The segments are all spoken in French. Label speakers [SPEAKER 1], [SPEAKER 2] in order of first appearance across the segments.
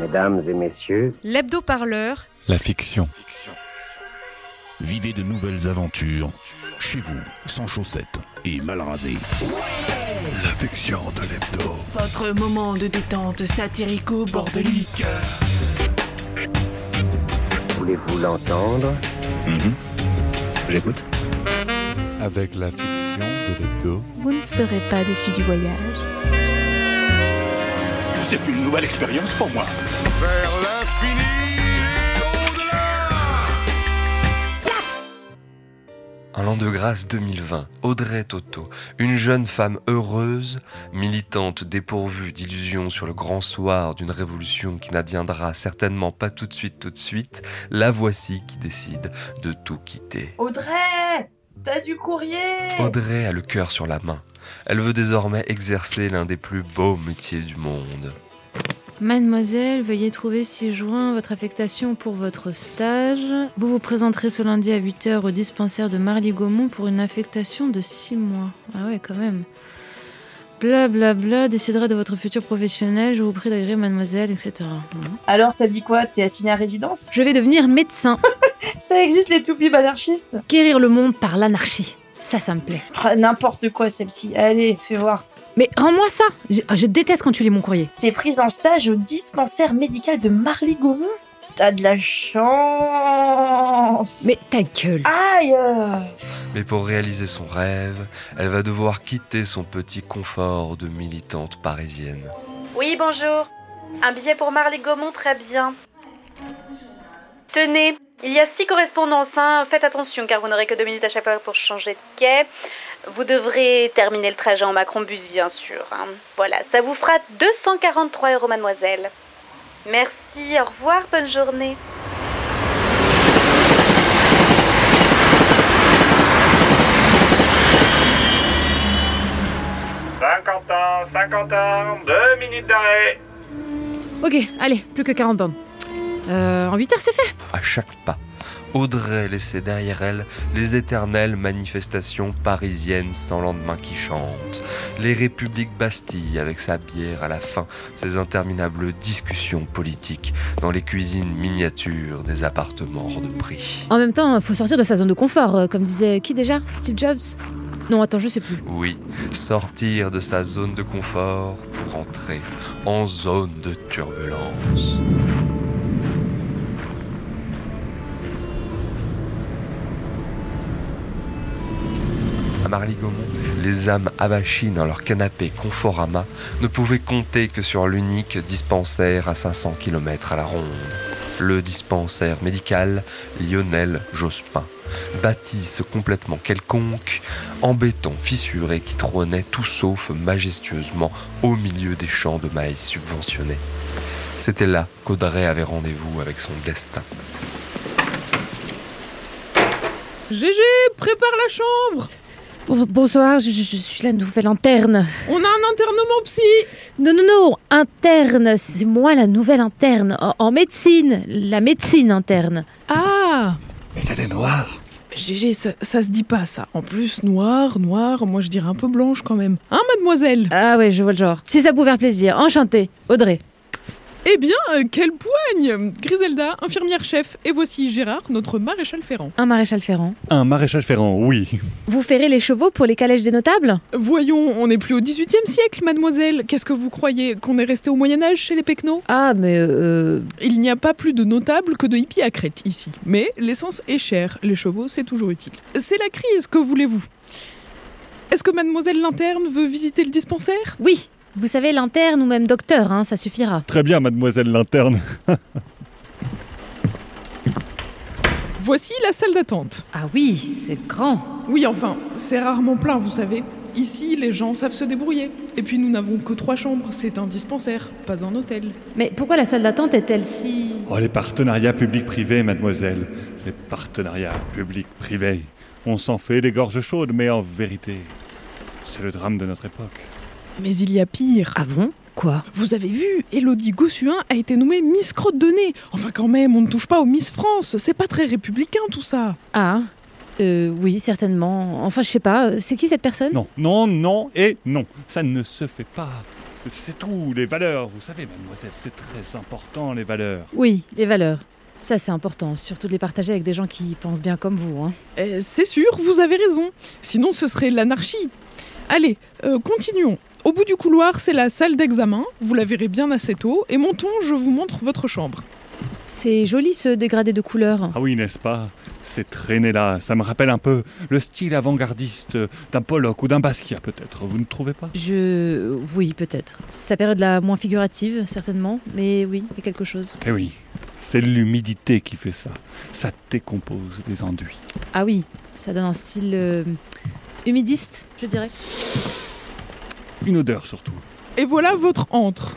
[SPEAKER 1] Mesdames et messieurs,
[SPEAKER 2] L'hebdo-parleur,
[SPEAKER 3] La fiction.
[SPEAKER 4] Vivez de nouvelles aventures chez vous, sans chaussettes et mal rasé.
[SPEAKER 3] L'affection de l'hebdo.
[SPEAKER 5] Votre moment de détente satirico-bordelique.
[SPEAKER 1] voulez-vous l'entendre
[SPEAKER 4] J'écoute.
[SPEAKER 3] Avec l'affection de l'hebdo.
[SPEAKER 6] Vous ne serez pas déçu du voyage.
[SPEAKER 7] C'est une nouvelle expérience pour moi.
[SPEAKER 8] Un an de grâce 2020, Audrey Toto, une jeune femme heureuse, militante dépourvue d'illusions sur le grand soir d'une révolution qui n'adviendra certainement pas tout de suite tout de suite, la voici qui décide de tout quitter.
[SPEAKER 9] Audrey T'as du courrier
[SPEAKER 8] Audrey a le cœur sur la main. Elle veut désormais exercer l'un des plus beaux métiers du monde.
[SPEAKER 10] Mademoiselle, veuillez trouver ci-joint votre affectation pour votre stage. Vous vous présenterez ce lundi à 8h au dispensaire de Marly-Gaumont pour une affectation de 6 mois. Ah ouais, quand même. Bla bla bla, décidera de votre futur professionnel, je vous prie d'agréer mademoiselle, etc. Voilà.
[SPEAKER 9] Alors ça dit quoi T'es assigné à résidence
[SPEAKER 10] Je vais devenir médecin,
[SPEAKER 9] Ça existe les toupies anarchistes
[SPEAKER 10] guérir le monde par l'anarchie. Ça, ça me plaît.
[SPEAKER 9] Ah, N'importe quoi celle-ci. Allez, fais voir.
[SPEAKER 10] Mais rends-moi ça je, ah, je déteste quand tu lis mon courrier.
[SPEAKER 9] T'es prise en stage au dispensaire médical de Marly-Gaumont T'as de la chance
[SPEAKER 10] Mais ta gueule
[SPEAKER 9] Aïe euh.
[SPEAKER 8] Mais pour réaliser son rêve, elle va devoir quitter son petit confort de militante parisienne.
[SPEAKER 11] Oui, bonjour. Un billet pour Marley Gaumont, très bien. Tenez, il y a six correspondances. hein. Faites attention car vous n'aurez que deux minutes à chaque fois pour changer de quai. Vous devrez terminer le trajet en Macron-Bus, bien sûr. hein. Voilà, ça vous fera 243 euros, mademoiselle. Merci, au revoir, bonne journée.
[SPEAKER 10] Ok, allez, plus que 40 bornes. Euh, en 8h, c'est fait
[SPEAKER 8] À chaque pas, Audrey laissait derrière elle les éternelles manifestations parisiennes sans lendemain qui chantent, les républiques Bastille avec sa bière à la fin, ses interminables discussions politiques dans les cuisines miniatures des appartements hors de prix.
[SPEAKER 10] En même temps, faut sortir de sa zone de confort, euh, comme disait qui déjà Steve Jobs Non, attends, je sais plus.
[SPEAKER 8] Oui, sortir de sa zone de confort pour entrer en zone de turbulence. À Marly-Gaumont, les âmes abachies dans leur canapé Conforama ne pouvaient compter que sur l'unique dispensaire à 500 km à la ronde. Le dispensaire médical Lionel Jospin. Bâtisse complètement quelconque, en béton fissuré qui trônait tout sauf majestueusement au milieu des champs de maïs subventionnés. C'était là qu'Audrey avait rendez-vous avec son destin.
[SPEAKER 12] GG, prépare la chambre
[SPEAKER 10] Bon- Bonsoir, je, je- je suis la nouvelle interne.
[SPEAKER 12] On a un internement psy
[SPEAKER 10] Non, non, non, interne, c'est moi la nouvelle interne, en, en médecine, la médecine interne.
[SPEAKER 12] Ah
[SPEAKER 7] Mais elle est noire.
[SPEAKER 12] GG, ça, ça se dit pas ça. En plus, noir, noir, moi je dirais un peu blanche quand même. Hein, mademoiselle
[SPEAKER 10] Ah ouais, je vois le genre. Si ça pouvait faire plaisir, enchantée, Audrey.
[SPEAKER 12] Eh bien, euh, quelle poigne Griselda, infirmière chef, et voici Gérard, notre maréchal ferrant.
[SPEAKER 10] Un maréchal Ferrand.
[SPEAKER 3] Un maréchal Ferrand, oui.
[SPEAKER 10] Vous ferrez les chevaux pour les calèches des notables
[SPEAKER 12] Voyons, on n'est plus au 18 e siècle, mademoiselle. Qu'est-ce que vous croyez Qu'on est resté au Moyen-Âge chez les Péquenots
[SPEAKER 10] Ah, mais euh.
[SPEAKER 12] Il n'y a pas plus de notables que de hippies à Crète ici. Mais l'essence est chère, les chevaux c'est toujours utile. C'est la crise, que voulez-vous Est-ce que mademoiselle l'interne veut visiter le dispensaire
[SPEAKER 10] Oui, vous savez, l'interne ou même docteur, hein, ça suffira.
[SPEAKER 3] Très bien, mademoiselle l'interne.
[SPEAKER 12] Voici la salle d'attente.
[SPEAKER 10] Ah oui, c'est grand.
[SPEAKER 12] Oui, enfin, c'est rarement plein, vous savez. Ici, les gens savent se débrouiller. Et puis, nous n'avons que trois chambres. C'est un dispensaire, pas un hôtel.
[SPEAKER 10] Mais pourquoi la salle d'attente est-elle si.
[SPEAKER 3] Oh, les partenariats public-privé, mademoiselle. Les partenariats public-privé. On s'en fait des gorges chaudes, mais en vérité, c'est le drame de notre époque.
[SPEAKER 12] Mais il y a pire.
[SPEAKER 10] Ah bon Quoi
[SPEAKER 12] Vous avez vu, Elodie Gossuin a été nommée Miss Crotte de Nez. Enfin, quand même, on ne touche pas aux Miss France. C'est pas très républicain, tout ça.
[SPEAKER 10] Ah, euh, oui, certainement. Enfin, je sais pas, c'est qui cette personne
[SPEAKER 3] Non, non, non et non. Ça ne se fait pas. C'est tout, les valeurs. Vous savez, mademoiselle, c'est très important, les valeurs.
[SPEAKER 10] Oui, les valeurs. Ça, c'est important, surtout de les partager avec des gens qui pensent bien comme vous. Hein.
[SPEAKER 12] Eh, c'est sûr, vous avez raison. Sinon, ce serait l'anarchie. Allez, euh, continuons. Au bout du couloir, c'est la salle d'examen. Vous la verrez bien assez tôt. Et montons, je vous montre votre chambre.
[SPEAKER 10] C'est joli ce dégradé de couleurs.
[SPEAKER 3] Ah oui, n'est-ce pas Ces traînées-là, ça me rappelle un peu le style avant-gardiste d'un Pollock ou d'un Basquiat, peut-être. Vous ne trouvez pas
[SPEAKER 10] Je. Oui, peut-être. Sa période la moins figurative, certainement. Mais oui, il y a quelque chose.
[SPEAKER 3] Eh oui, c'est l'humidité qui fait ça. Ça décompose les enduits.
[SPEAKER 10] Ah oui, ça donne un style euh, humidiste, je dirais.
[SPEAKER 3] Une odeur surtout.
[SPEAKER 12] Et voilà votre antre.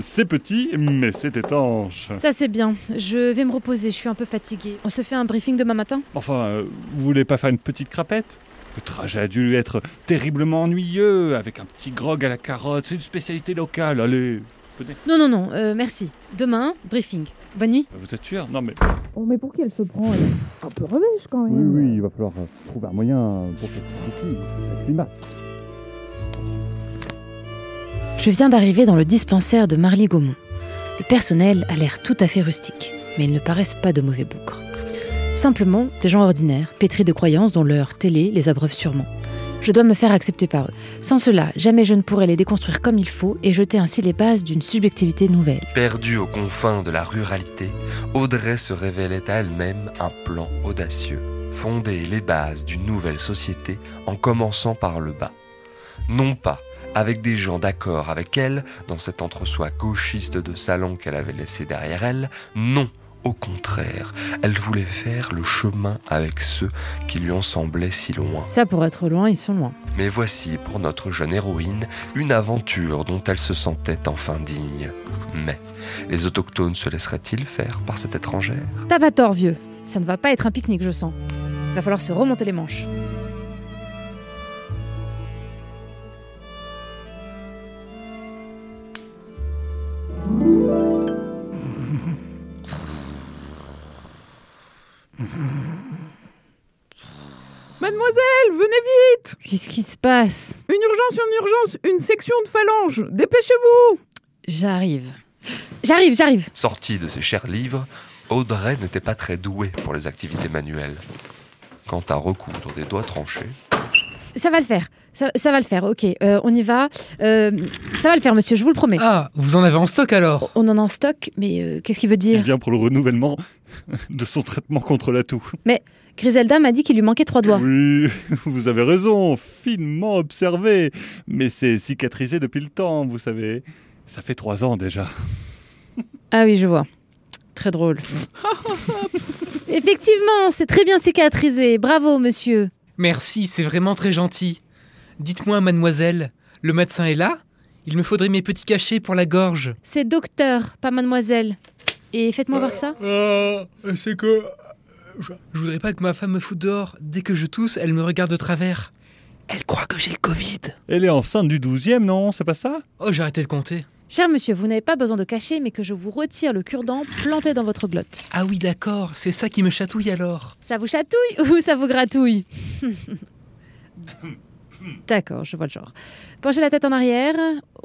[SPEAKER 3] C'est petit, mais c'est étanche.
[SPEAKER 10] Ça, c'est bien. Je vais me reposer, je suis un peu fatiguée. On se fait un briefing demain matin
[SPEAKER 3] Enfin, euh, vous voulez pas faire une petite crapette Le trajet a dû être terriblement ennuyeux, avec un petit grog à la carotte. C'est une spécialité locale. Allez, venez.
[SPEAKER 10] Non, non, non, euh, merci. Demain, briefing. Bonne nuit.
[SPEAKER 3] Vous êtes sûr Non, mais.
[SPEAKER 2] Oh, mais pour qui elle se prend Elle est un peu revêche quand même.
[SPEAKER 3] Oui, oui, il va falloir euh, trouver un moyen pour que ça climat.
[SPEAKER 10] Je viens d'arriver dans le dispensaire de Marly Gaumont. Le personnel a l'air tout à fait rustique, mais ils ne paraissent pas de mauvais bougres. Simplement des gens ordinaires, pétris de croyances dont leur télé les abreuve sûrement. Je dois me faire accepter par eux. Sans cela, jamais je ne pourrais les déconstruire comme il faut et jeter ainsi les bases d'une subjectivité nouvelle.
[SPEAKER 8] Perdue aux confins de la ruralité, Audrey se révélait à elle-même un plan audacieux. Fonder les bases d'une nouvelle société en commençant par le bas. Non pas avec des gens d'accord avec elle, dans cet entre-soi gauchiste de salon qu'elle avait laissé derrière elle, non, au contraire, elle voulait faire le chemin avec ceux qui lui en semblaient si loin.
[SPEAKER 10] Ça, pour être loin, ils sont loin.
[SPEAKER 8] Mais voici, pour notre jeune héroïne, une aventure dont elle se sentait enfin digne. Mais les autochtones se laisseraient-ils faire par cette étrangère
[SPEAKER 10] T'as pas tort, vieux. Ça ne va pas être un pique-nique, je sens. Va falloir se remonter les manches.
[SPEAKER 12] Mademoiselle, venez vite
[SPEAKER 10] Qu'est-ce qui se passe
[SPEAKER 12] Une urgence, une urgence, une section de phalange Dépêchez-vous
[SPEAKER 10] J'arrive. J'arrive, j'arrive
[SPEAKER 8] Sortie de ses chers livres, Audrey n'était pas très douée pour les activités manuelles. Quant à recoudre des doigts tranchés,
[SPEAKER 10] Ça va le faire, ça, ça va le faire, ok, euh, on y va. Euh, ça va le faire, monsieur, je vous le promets.
[SPEAKER 13] Ah, vous en avez en stock alors
[SPEAKER 10] On en a en stock, mais euh, qu'est-ce qu'il veut
[SPEAKER 3] Il
[SPEAKER 10] dire
[SPEAKER 3] vient pour le renouvellement de son traitement contre la toux.
[SPEAKER 10] Griselda m'a dit qu'il lui manquait trois doigts.
[SPEAKER 3] Oui, vous avez raison, finement observé. Mais c'est cicatrisé depuis le temps, vous savez. Ça fait trois ans déjà.
[SPEAKER 10] Ah oui, je vois. Très drôle. Effectivement, c'est très bien cicatrisé. Bravo, monsieur.
[SPEAKER 13] Merci, c'est vraiment très gentil. Dites-moi, mademoiselle, le médecin est là Il me faudrait mes petits cachets pour la gorge.
[SPEAKER 10] C'est docteur, pas mademoiselle. Et faites-moi voir ça.
[SPEAKER 13] Ah, c'est que. Je voudrais pas que ma femme me foute dehors. Dès que je tousse, elle me regarde de travers. Elle croit que j'ai le Covid.
[SPEAKER 3] Elle est enceinte du 12e, non C'est pas ça
[SPEAKER 13] Oh, j'ai arrêté de compter.
[SPEAKER 10] Cher monsieur, vous n'avez pas besoin de cacher, mais que je vous retire le cure-dent planté dans votre glotte.
[SPEAKER 13] Ah oui, d'accord, c'est ça qui me chatouille alors.
[SPEAKER 10] Ça vous chatouille ou ça vous gratouille D'accord, je vois le genre. Penchez la tête en arrière,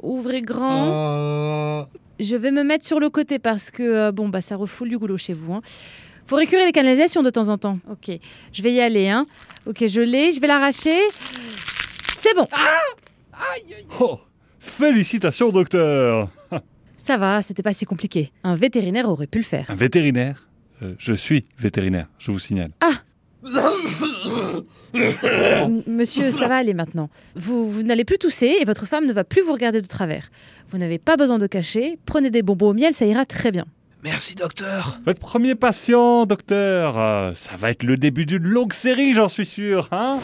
[SPEAKER 10] ouvrez grand.
[SPEAKER 13] Oh.
[SPEAKER 10] Je vais me mettre sur le côté parce que, euh, bon, bah ça refoule du goulot chez vous. hein. Faut récurer les canalisations de temps en temps. Ok, je vais y aller. Hein. Ok, je l'ai, je vais l'arracher. C'est bon.
[SPEAKER 3] Oh Félicitations, docteur
[SPEAKER 10] Ça va, c'était pas si compliqué. Un vétérinaire aurait pu le faire.
[SPEAKER 3] Un vétérinaire Euh, Je suis vétérinaire, je vous signale.
[SPEAKER 10] M- Monsieur, ça va aller maintenant. Vous, vous n'allez plus tousser et votre femme ne va plus vous regarder de travers. Vous n'avez pas besoin de cacher. Prenez des bonbons au miel, ça ira très bien.
[SPEAKER 13] Merci, docteur.
[SPEAKER 3] Votre premier patient, docteur Euh, Ça va être le début d'une longue série, j'en suis sûr, hein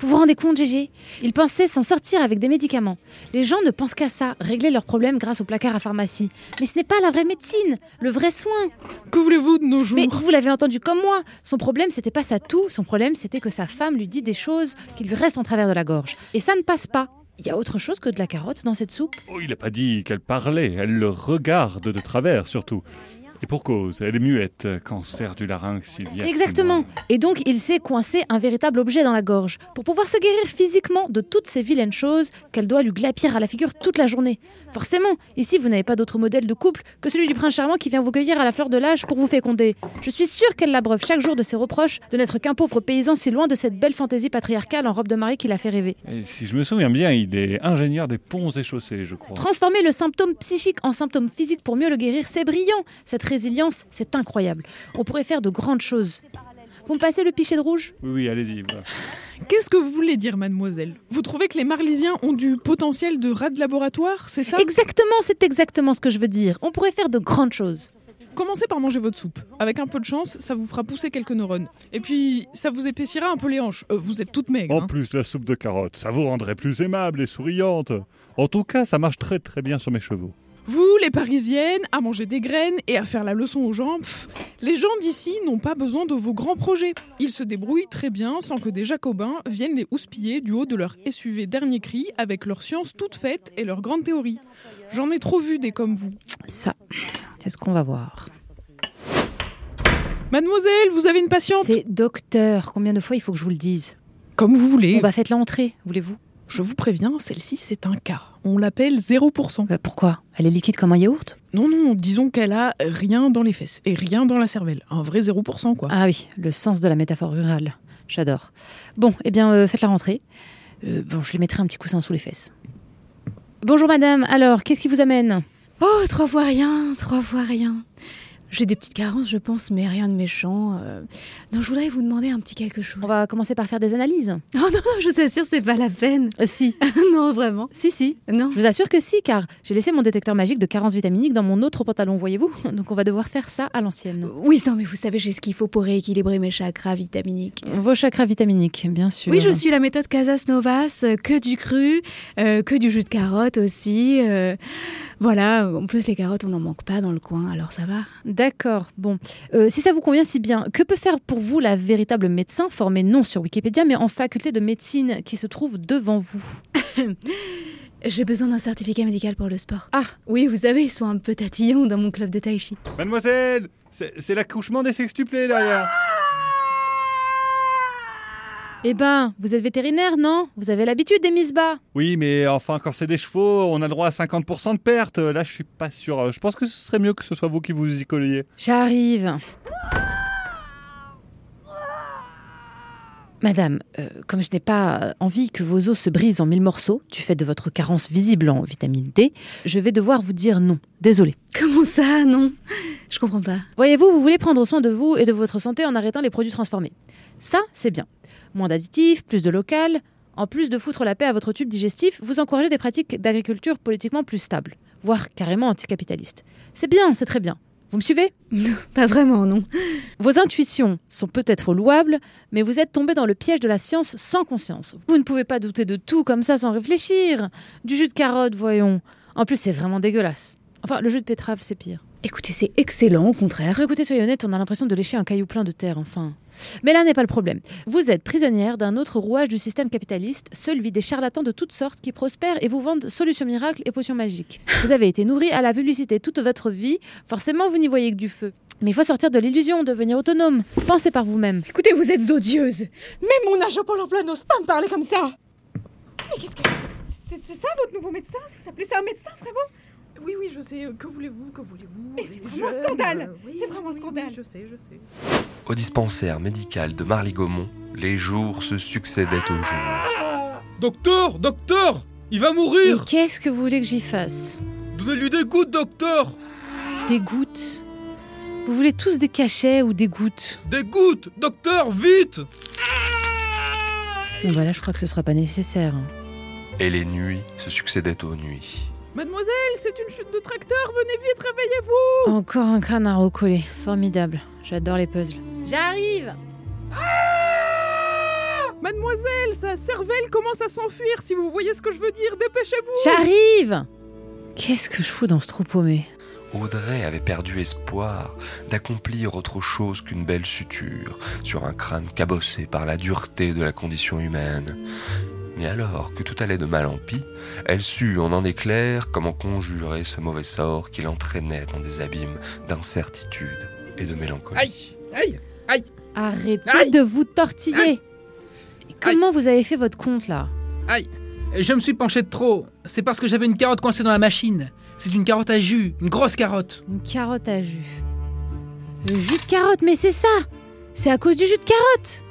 [SPEAKER 10] Vous vous rendez compte, Gégé Ils pensaient s'en sortir avec des médicaments. Les gens ne pensent qu'à ça, régler leurs problèmes grâce au placard à pharmacie. Mais ce n'est pas la vraie médecine, le vrai soin.
[SPEAKER 12] Que voulez-vous de nos jours
[SPEAKER 10] Mais vous l'avez entendu comme moi. Son problème, c'était pas sa toux. Son problème, c'était que sa femme lui dit des choses qui lui restent en travers de la gorge. Et ça ne passe pas. Il y a autre chose que de la carotte dans cette soupe
[SPEAKER 3] Oh, il n'a pas dit qu'elle parlait, elle le regarde de travers surtout. Et pour cause, elle est muette. Cancer du larynx, il y a...
[SPEAKER 14] Exactement. Et donc, il s'est coincé un véritable objet dans la gorge pour pouvoir se guérir physiquement de toutes ces vilaines choses qu'elle doit lui glapir à la figure toute la journée. Forcément, ici, vous n'avez pas d'autre modèle de couple que celui du prince charmant qui vient vous cueillir à la fleur de l'âge pour vous féconder. Je suis sûre qu'elle l'abreuve chaque jour de ses reproches de n'être qu'un pauvre paysan si loin de cette belle fantaisie patriarcale en robe de mariée qui l'a fait rêver.
[SPEAKER 3] Et si je me souviens bien, il est ingénieur des ponts et chaussées, je crois.
[SPEAKER 14] Transformer le symptôme psychique en symptôme physique pour mieux le guérir, c'est brillant. Cette résilience, c'est incroyable. On pourrait faire de grandes choses. Vous me passez le pichet de rouge
[SPEAKER 3] Oui, oui, allez-y. voilà.
[SPEAKER 12] Qu'est-ce que vous voulez dire, mademoiselle Vous trouvez que les Marlisiens ont du potentiel de rats de laboratoire, c'est ça
[SPEAKER 14] Exactement, c'est exactement ce que je veux dire. On pourrait faire de grandes choses.
[SPEAKER 12] Commencez par manger votre soupe. Avec un peu de chance, ça vous fera pousser quelques neurones. Et puis, ça vous épaissira un peu les hanches. Euh, vous êtes toute maigre.
[SPEAKER 3] En
[SPEAKER 12] hein.
[SPEAKER 3] plus, la soupe de carottes, ça vous rendrait plus aimable et souriante. En tout cas, ça marche très très bien sur mes chevaux.
[SPEAKER 12] Vous, les Parisiennes, à manger des graines et à faire la leçon aux gens, pff, les gens d'ici n'ont pas besoin de vos grands projets. Ils se débrouillent très bien sans que des jacobins viennent les houspiller du haut de leur SUV dernier cri avec leur science toute faite et leur grande théorie. J'en ai trop vu des comme vous.
[SPEAKER 10] Ça, c'est ce qu'on va voir.
[SPEAKER 12] Mademoiselle, vous avez une patiente
[SPEAKER 10] C'est docteur. Combien de fois il faut que je vous le dise
[SPEAKER 12] Comme vous voulez.
[SPEAKER 10] Bon, bah faites-la entrer, voulez-vous
[SPEAKER 12] Je vous préviens, celle-ci, c'est un cas. On l'appelle 0%.
[SPEAKER 10] Bah, pourquoi Elle est liquide comme un yaourt
[SPEAKER 12] Non, non, disons qu'elle a rien dans les fesses et rien dans la cervelle. Un vrai 0%, quoi.
[SPEAKER 10] Ah oui, le sens de la métaphore rurale. J'adore. Bon, eh bien, euh, faites-la rentrer. Euh, bon, je lui mettrai un petit coussin sous les fesses. Bonjour madame, alors, qu'est-ce qui vous amène
[SPEAKER 15] Oh, trois fois rien, trois fois rien. J'ai des petites carences, je pense, mais rien de méchant. euh. Non, je voudrais vous demander un petit quelque chose.
[SPEAKER 10] On va commencer par faire des analyses.
[SPEAKER 15] Oh non, non, je vous assure, c'est pas la peine.
[SPEAKER 10] Euh, si,
[SPEAKER 15] non, vraiment.
[SPEAKER 10] si, si.
[SPEAKER 15] Non.
[SPEAKER 10] Je vous assure que si, car j'ai laissé mon détecteur magique de carence vitaminique dans mon autre pantalon, voyez-vous. Donc on va devoir faire ça à l'ancienne.
[SPEAKER 15] Oui, non, mais vous savez, j'ai ce qu'il faut pour rééquilibrer mes chakras vitaminiques.
[SPEAKER 10] Vos chakras vitaminiques, bien sûr.
[SPEAKER 15] Oui, je suis la méthode Casas Novas, euh, que du cru, euh, que du jus de carotte aussi. euh, voilà, en plus les carottes, on n'en manque pas dans le coin, alors ça va.
[SPEAKER 10] D'accord, bon. Euh, si ça vous convient si bien, que peut faire pour vous la véritable médecin formée non sur Wikipédia, mais en faculté de médecine qui se trouve devant vous
[SPEAKER 15] J'ai besoin d'un certificat médical pour le sport.
[SPEAKER 10] Ah
[SPEAKER 15] Oui, vous savez, ils sont un peu tatillons dans mon club de tai chi.
[SPEAKER 3] Mademoiselle, c'est c'est l'accouchement des sextuplés derrière.
[SPEAKER 10] Eh ben, vous êtes vétérinaire, non Vous avez l'habitude des mises bas
[SPEAKER 3] Oui, mais enfin, quand c'est des chevaux, on a droit à 50% de perte. Là, je suis pas sûr. Euh, Je pense que ce serait mieux que ce soit vous qui vous y colliez.
[SPEAKER 10] J'arrive. Madame, euh, comme je n'ai pas envie que vos os se brisent en mille morceaux, du fait de votre carence visible en vitamine D, je vais devoir vous dire non. Désolée.
[SPEAKER 15] Comment ça, non Je comprends pas.
[SPEAKER 10] Voyez-vous, vous voulez prendre soin de vous et de votre santé en arrêtant les produits transformés. Ça, c'est bien. Moins d'additifs, plus de local. En plus de foutre la paix à votre tube digestif, vous encouragez des pratiques d'agriculture politiquement plus stables, voire carrément anticapitalistes. C'est bien, c'est très bien. Vous me suivez
[SPEAKER 15] Pas vraiment, non.
[SPEAKER 10] Vos intuitions sont peut-être louables, mais vous êtes tombé dans le piège de la science sans conscience. Vous ne pouvez pas douter de tout comme ça sans réfléchir. Du jus de carotte, voyons. En plus, c'est vraiment dégueulasse. Enfin, le jus de pétrave, c'est pire.
[SPEAKER 15] Écoutez, c'est excellent, au contraire.
[SPEAKER 10] Alors, écoutez, soyez honnête, on a l'impression de lécher un caillou plein de terre, enfin. Mais là n'est pas le problème. Vous êtes prisonnière d'un autre rouage du système capitaliste, celui des charlatans de toutes sortes qui prospèrent et vous vendent solutions miracles et potions magiques. Vous avez été nourrie à la publicité toute votre vie, forcément vous n'y voyez que du feu. Mais il faut sortir de l'illusion, devenir autonome. Pensez par vous-même.
[SPEAKER 15] Écoutez, vous êtes odieuse. Même mon agent Pôle emploi n'ose pas me parler comme ça. Mais qu'est-ce que. C'est c'est ça votre nouveau médecin Vous appelez ça un médecin, frérot
[SPEAKER 12] Oui, oui, je sais. euh, Que voulez-vous Que voulez-vous
[SPEAKER 15] Mais c'est vraiment un scandale. C'est vraiment un scandale.
[SPEAKER 12] je sais, je sais.
[SPEAKER 8] Au dispensaire médical de Marly-Gaumont, les jours se succédaient aux jours.
[SPEAKER 13] Docteur, docteur, il va
[SPEAKER 10] Et
[SPEAKER 13] mourir
[SPEAKER 10] qu'est-ce que vous voulez que j'y fasse
[SPEAKER 13] Donnez-lui des gouttes, docteur
[SPEAKER 10] Des gouttes Vous voulez tous des cachets ou des gouttes
[SPEAKER 13] Des gouttes, docteur, vite
[SPEAKER 10] Bon bah là, je crois que ce sera pas nécessaire. hein.
[SPEAKER 8] Et les nuits se succédaient aux nuits.
[SPEAKER 12] Mademoiselle, c'est une chute de tracteur, venez vite, réveillez-vous
[SPEAKER 10] Encore un crâne à recoller. Formidable. J'adore les puzzles. J'arrive
[SPEAKER 12] Mademoiselle, sa cervelle commence à s'enfuir, si vous voyez ce que je veux dire, dépêchez-vous
[SPEAKER 10] J'arrive Qu'est-ce que je fous dans ce trou paumé
[SPEAKER 8] Audrey avait perdu espoir d'accomplir autre chose qu'une belle suture sur un crâne cabossé par la dureté de la condition humaine. Mais alors que tout allait de mal en pis, elle sut en un éclair comment conjurer ce mauvais sort qui l'entraînait dans des abîmes d'incertitude et de mélancolie.
[SPEAKER 16] Aïe, aïe, aïe.
[SPEAKER 10] Arrêtez de vous tortiller. Comment vous avez fait votre compte là
[SPEAKER 16] Aïe Je me suis penché de trop. C'est parce que j'avais une carotte coincée dans la machine. C'est une carotte à jus, une grosse carotte.
[SPEAKER 10] Une carotte à jus. Le jus de carotte, mais c'est ça C'est à cause du jus de carotte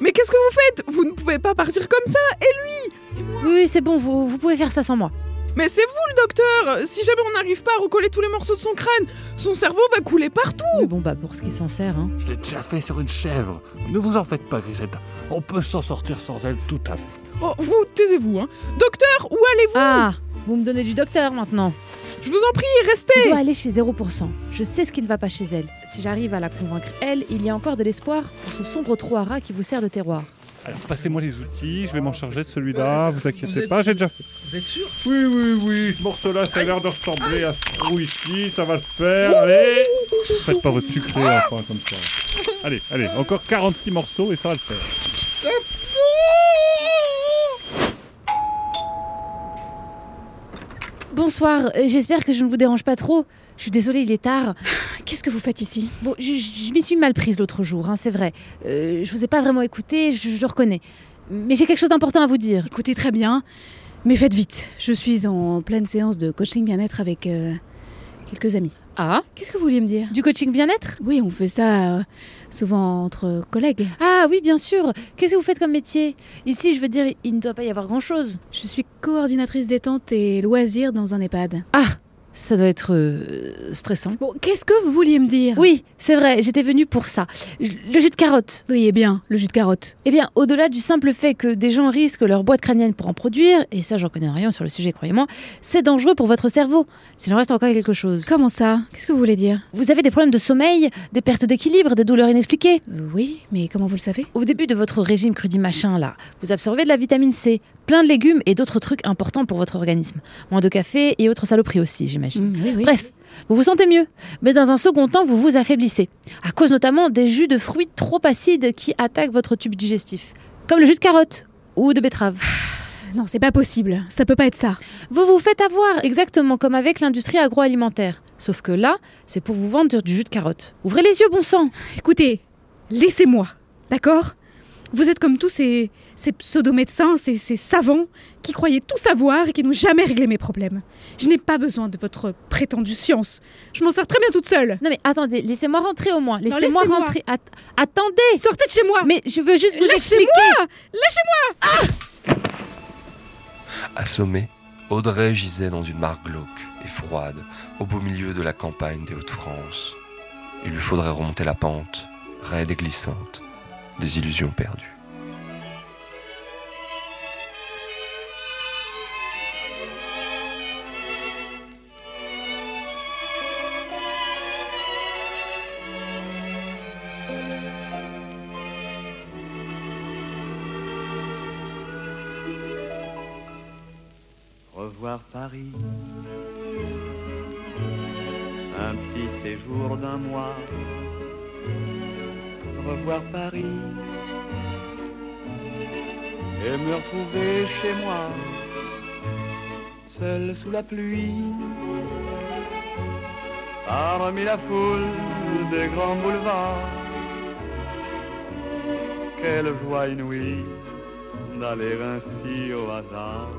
[SPEAKER 17] Mais qu'est-ce que vous faites Vous ne pouvez pas partir comme ça Et lui
[SPEAKER 10] Oui, oui, c'est bon, vous, vous pouvez faire ça sans moi.
[SPEAKER 17] Mais c'est vous le docteur Si jamais on n'arrive pas à recoller tous les morceaux de son crâne, son cerveau va couler partout
[SPEAKER 10] Bon bah pour ce qui s'en sert, hein.
[SPEAKER 7] Je l'ai déjà fait sur une chèvre. Ne vous en faites pas, Grisette. On peut s'en sortir sans elle tout à fait.
[SPEAKER 17] Oh, vous, taisez-vous, hein Docteur, où allez-vous
[SPEAKER 10] Ah, vous me donnez du docteur maintenant.
[SPEAKER 17] Je vous en prie, restez
[SPEAKER 10] Je dois aller chez 0%. Je sais ce qui ne va pas chez elle. Si j'arrive à la convaincre, elle, il y a encore de l'espoir pour ce sombre trou à rats qui vous sert de terroir.
[SPEAKER 3] Alors passez-moi les outils, je vais m'en charger de celui-là, vous inquiétez pas, j'ai déjà fait.
[SPEAKER 16] Vous êtes sûr
[SPEAKER 3] Oui, oui, oui, ce morceau-là, ça a l'air de ressembler à ce trou ici, ça va le faire, allez Faites pas votre sucré, enfin, comme ça. Allez, allez, encore 46 morceaux et ça va le faire.
[SPEAKER 10] Bonsoir, euh, j'espère que je ne vous dérange pas trop. Je suis désolée, il est tard. Qu'est-ce que vous faites ici Bon, je, je- je m'y suis mal prise l'autre jour, hein, c'est vrai. Euh, je vous ai pas vraiment écouté, je, je le reconnais. Mais j'ai quelque chose d'important à vous dire.
[SPEAKER 12] Écoutez très bien, mais faites vite. Je suis en pleine séance de coaching bien-être avec euh, quelques amis.
[SPEAKER 10] Ah
[SPEAKER 12] Qu'est-ce que vous vouliez me dire
[SPEAKER 10] Du coaching bien-être
[SPEAKER 12] Oui, on fait ça euh, souvent entre collègues.
[SPEAKER 10] Ah oui, bien sûr. Qu'est-ce que vous faites comme métier Ici, je veux dire, il ne doit pas y avoir grand-chose.
[SPEAKER 12] Je suis coordinatrice détente et loisirs dans un EHPAD.
[SPEAKER 10] Ah, ça doit être euh, stressant.
[SPEAKER 12] Bon, qu'est-ce que vous vouliez me dire
[SPEAKER 10] Oui, c'est vrai, j'étais venue pour ça. Le jus de carotte.
[SPEAKER 12] Oui, eh bien, le jus de carotte.
[SPEAKER 10] Eh bien, au-delà du simple fait que des gens risquent leur boîte crânienne pour en produire, et ça j'en connais rien sur le sujet, croyez-moi, c'est dangereux pour votre cerveau, s'il en reste encore quelque chose.
[SPEAKER 12] Comment ça Qu'est-ce que vous voulez dire
[SPEAKER 10] Vous avez des problèmes de sommeil, des pertes d'équilibre, des douleurs inexpliquées.
[SPEAKER 12] Euh, Oui, mais comment vous le savez
[SPEAKER 10] Au début de votre régime crudit machin là, vous absorbez de la vitamine C, plein de légumes et d'autres trucs importants pour votre organisme. Moins de café et autres saloperies aussi, j'imagine.
[SPEAKER 12] Mm, oui, oui.
[SPEAKER 10] Bref, vous vous sentez mieux, mais dans un second temps, vous vous affaiblissez, à cause notamment des jus de fruits trop acides qui attaquent votre tube digestif, comme le jus de carotte ou de betterave.
[SPEAKER 12] Non, c'est pas possible. Ça peut pas être ça.
[SPEAKER 10] Vous vous faites avoir, exactement comme avec l'industrie agroalimentaire. Sauf que là, c'est pour vous vendre du jus de carotte. Ouvrez les yeux, bon sang
[SPEAKER 12] Écoutez, laissez-moi, d'accord Vous êtes comme tous ces, ces pseudo-médecins, ces, ces savants qui croyaient tout savoir et qui n'ont jamais réglé mes problèmes. Je n'ai pas besoin de votre prétendue science. Je m'en sors très bien toute seule.
[SPEAKER 10] Non mais attendez, laissez-moi rentrer au moins. Laissez-moi
[SPEAKER 12] laissez-moi.
[SPEAKER 10] rentrer. At- attendez
[SPEAKER 12] Sortez de chez moi
[SPEAKER 10] Mais je veux juste vous expliquer.
[SPEAKER 12] Lâchez-moi Lâchez-moi
[SPEAKER 8] Assommée, Audrey gisait dans une mare glauque et froide, au beau milieu de la campagne des Hauts-de-France. Il lui faudrait remonter la pente, raide et glissante, des illusions perdues.
[SPEAKER 9] revoir Paris. Un petit séjour d'un mois. Revoir Paris. Et me retrouver chez moi. Seul sous la pluie. Parmi la foule des grands boulevards. Quelle joie inouïe d'aller ainsi au hasard.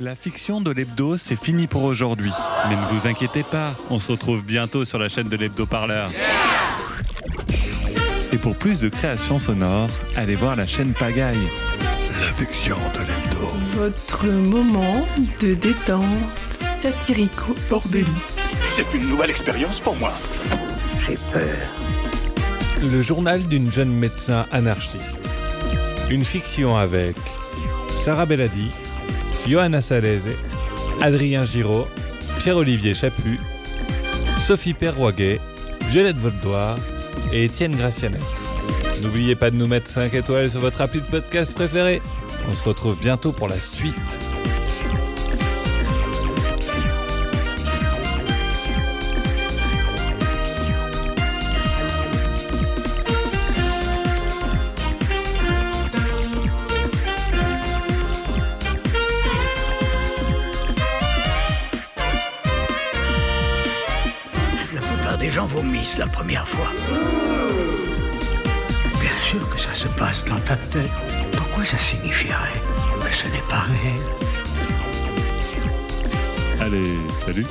[SPEAKER 3] La fiction de l'hebdo, c'est fini pour aujourd'hui. Mais ne vous inquiétez pas, on se retrouve bientôt sur la chaîne de l'hebdo parleur. Et pour plus de créations sonores, allez voir la chaîne Pagaille.
[SPEAKER 18] La fiction de l'hebdo.
[SPEAKER 19] Votre moment de détente satirico-bordélique.
[SPEAKER 7] C'est une nouvelle expérience pour moi.
[SPEAKER 1] J'ai peur.
[SPEAKER 20] Le journal d'une jeune médecin anarchiste. Une fiction avec Sarah Belladi, Johanna Salese, Adrien Giraud, Pierre-Olivier Chaput, Sophie Perroguet, Violette Voldoir et Étienne Gracianet. N'oubliez pas de nous mettre 5 étoiles sur votre appli de podcast préféré. On se retrouve bientôt pour la suite.
[SPEAKER 9] j'en vomisse la première fois. Bien sûr que ça se passe dans ta tête. Pourquoi ça signifierait que ce n'est pas réel
[SPEAKER 3] Allez, salut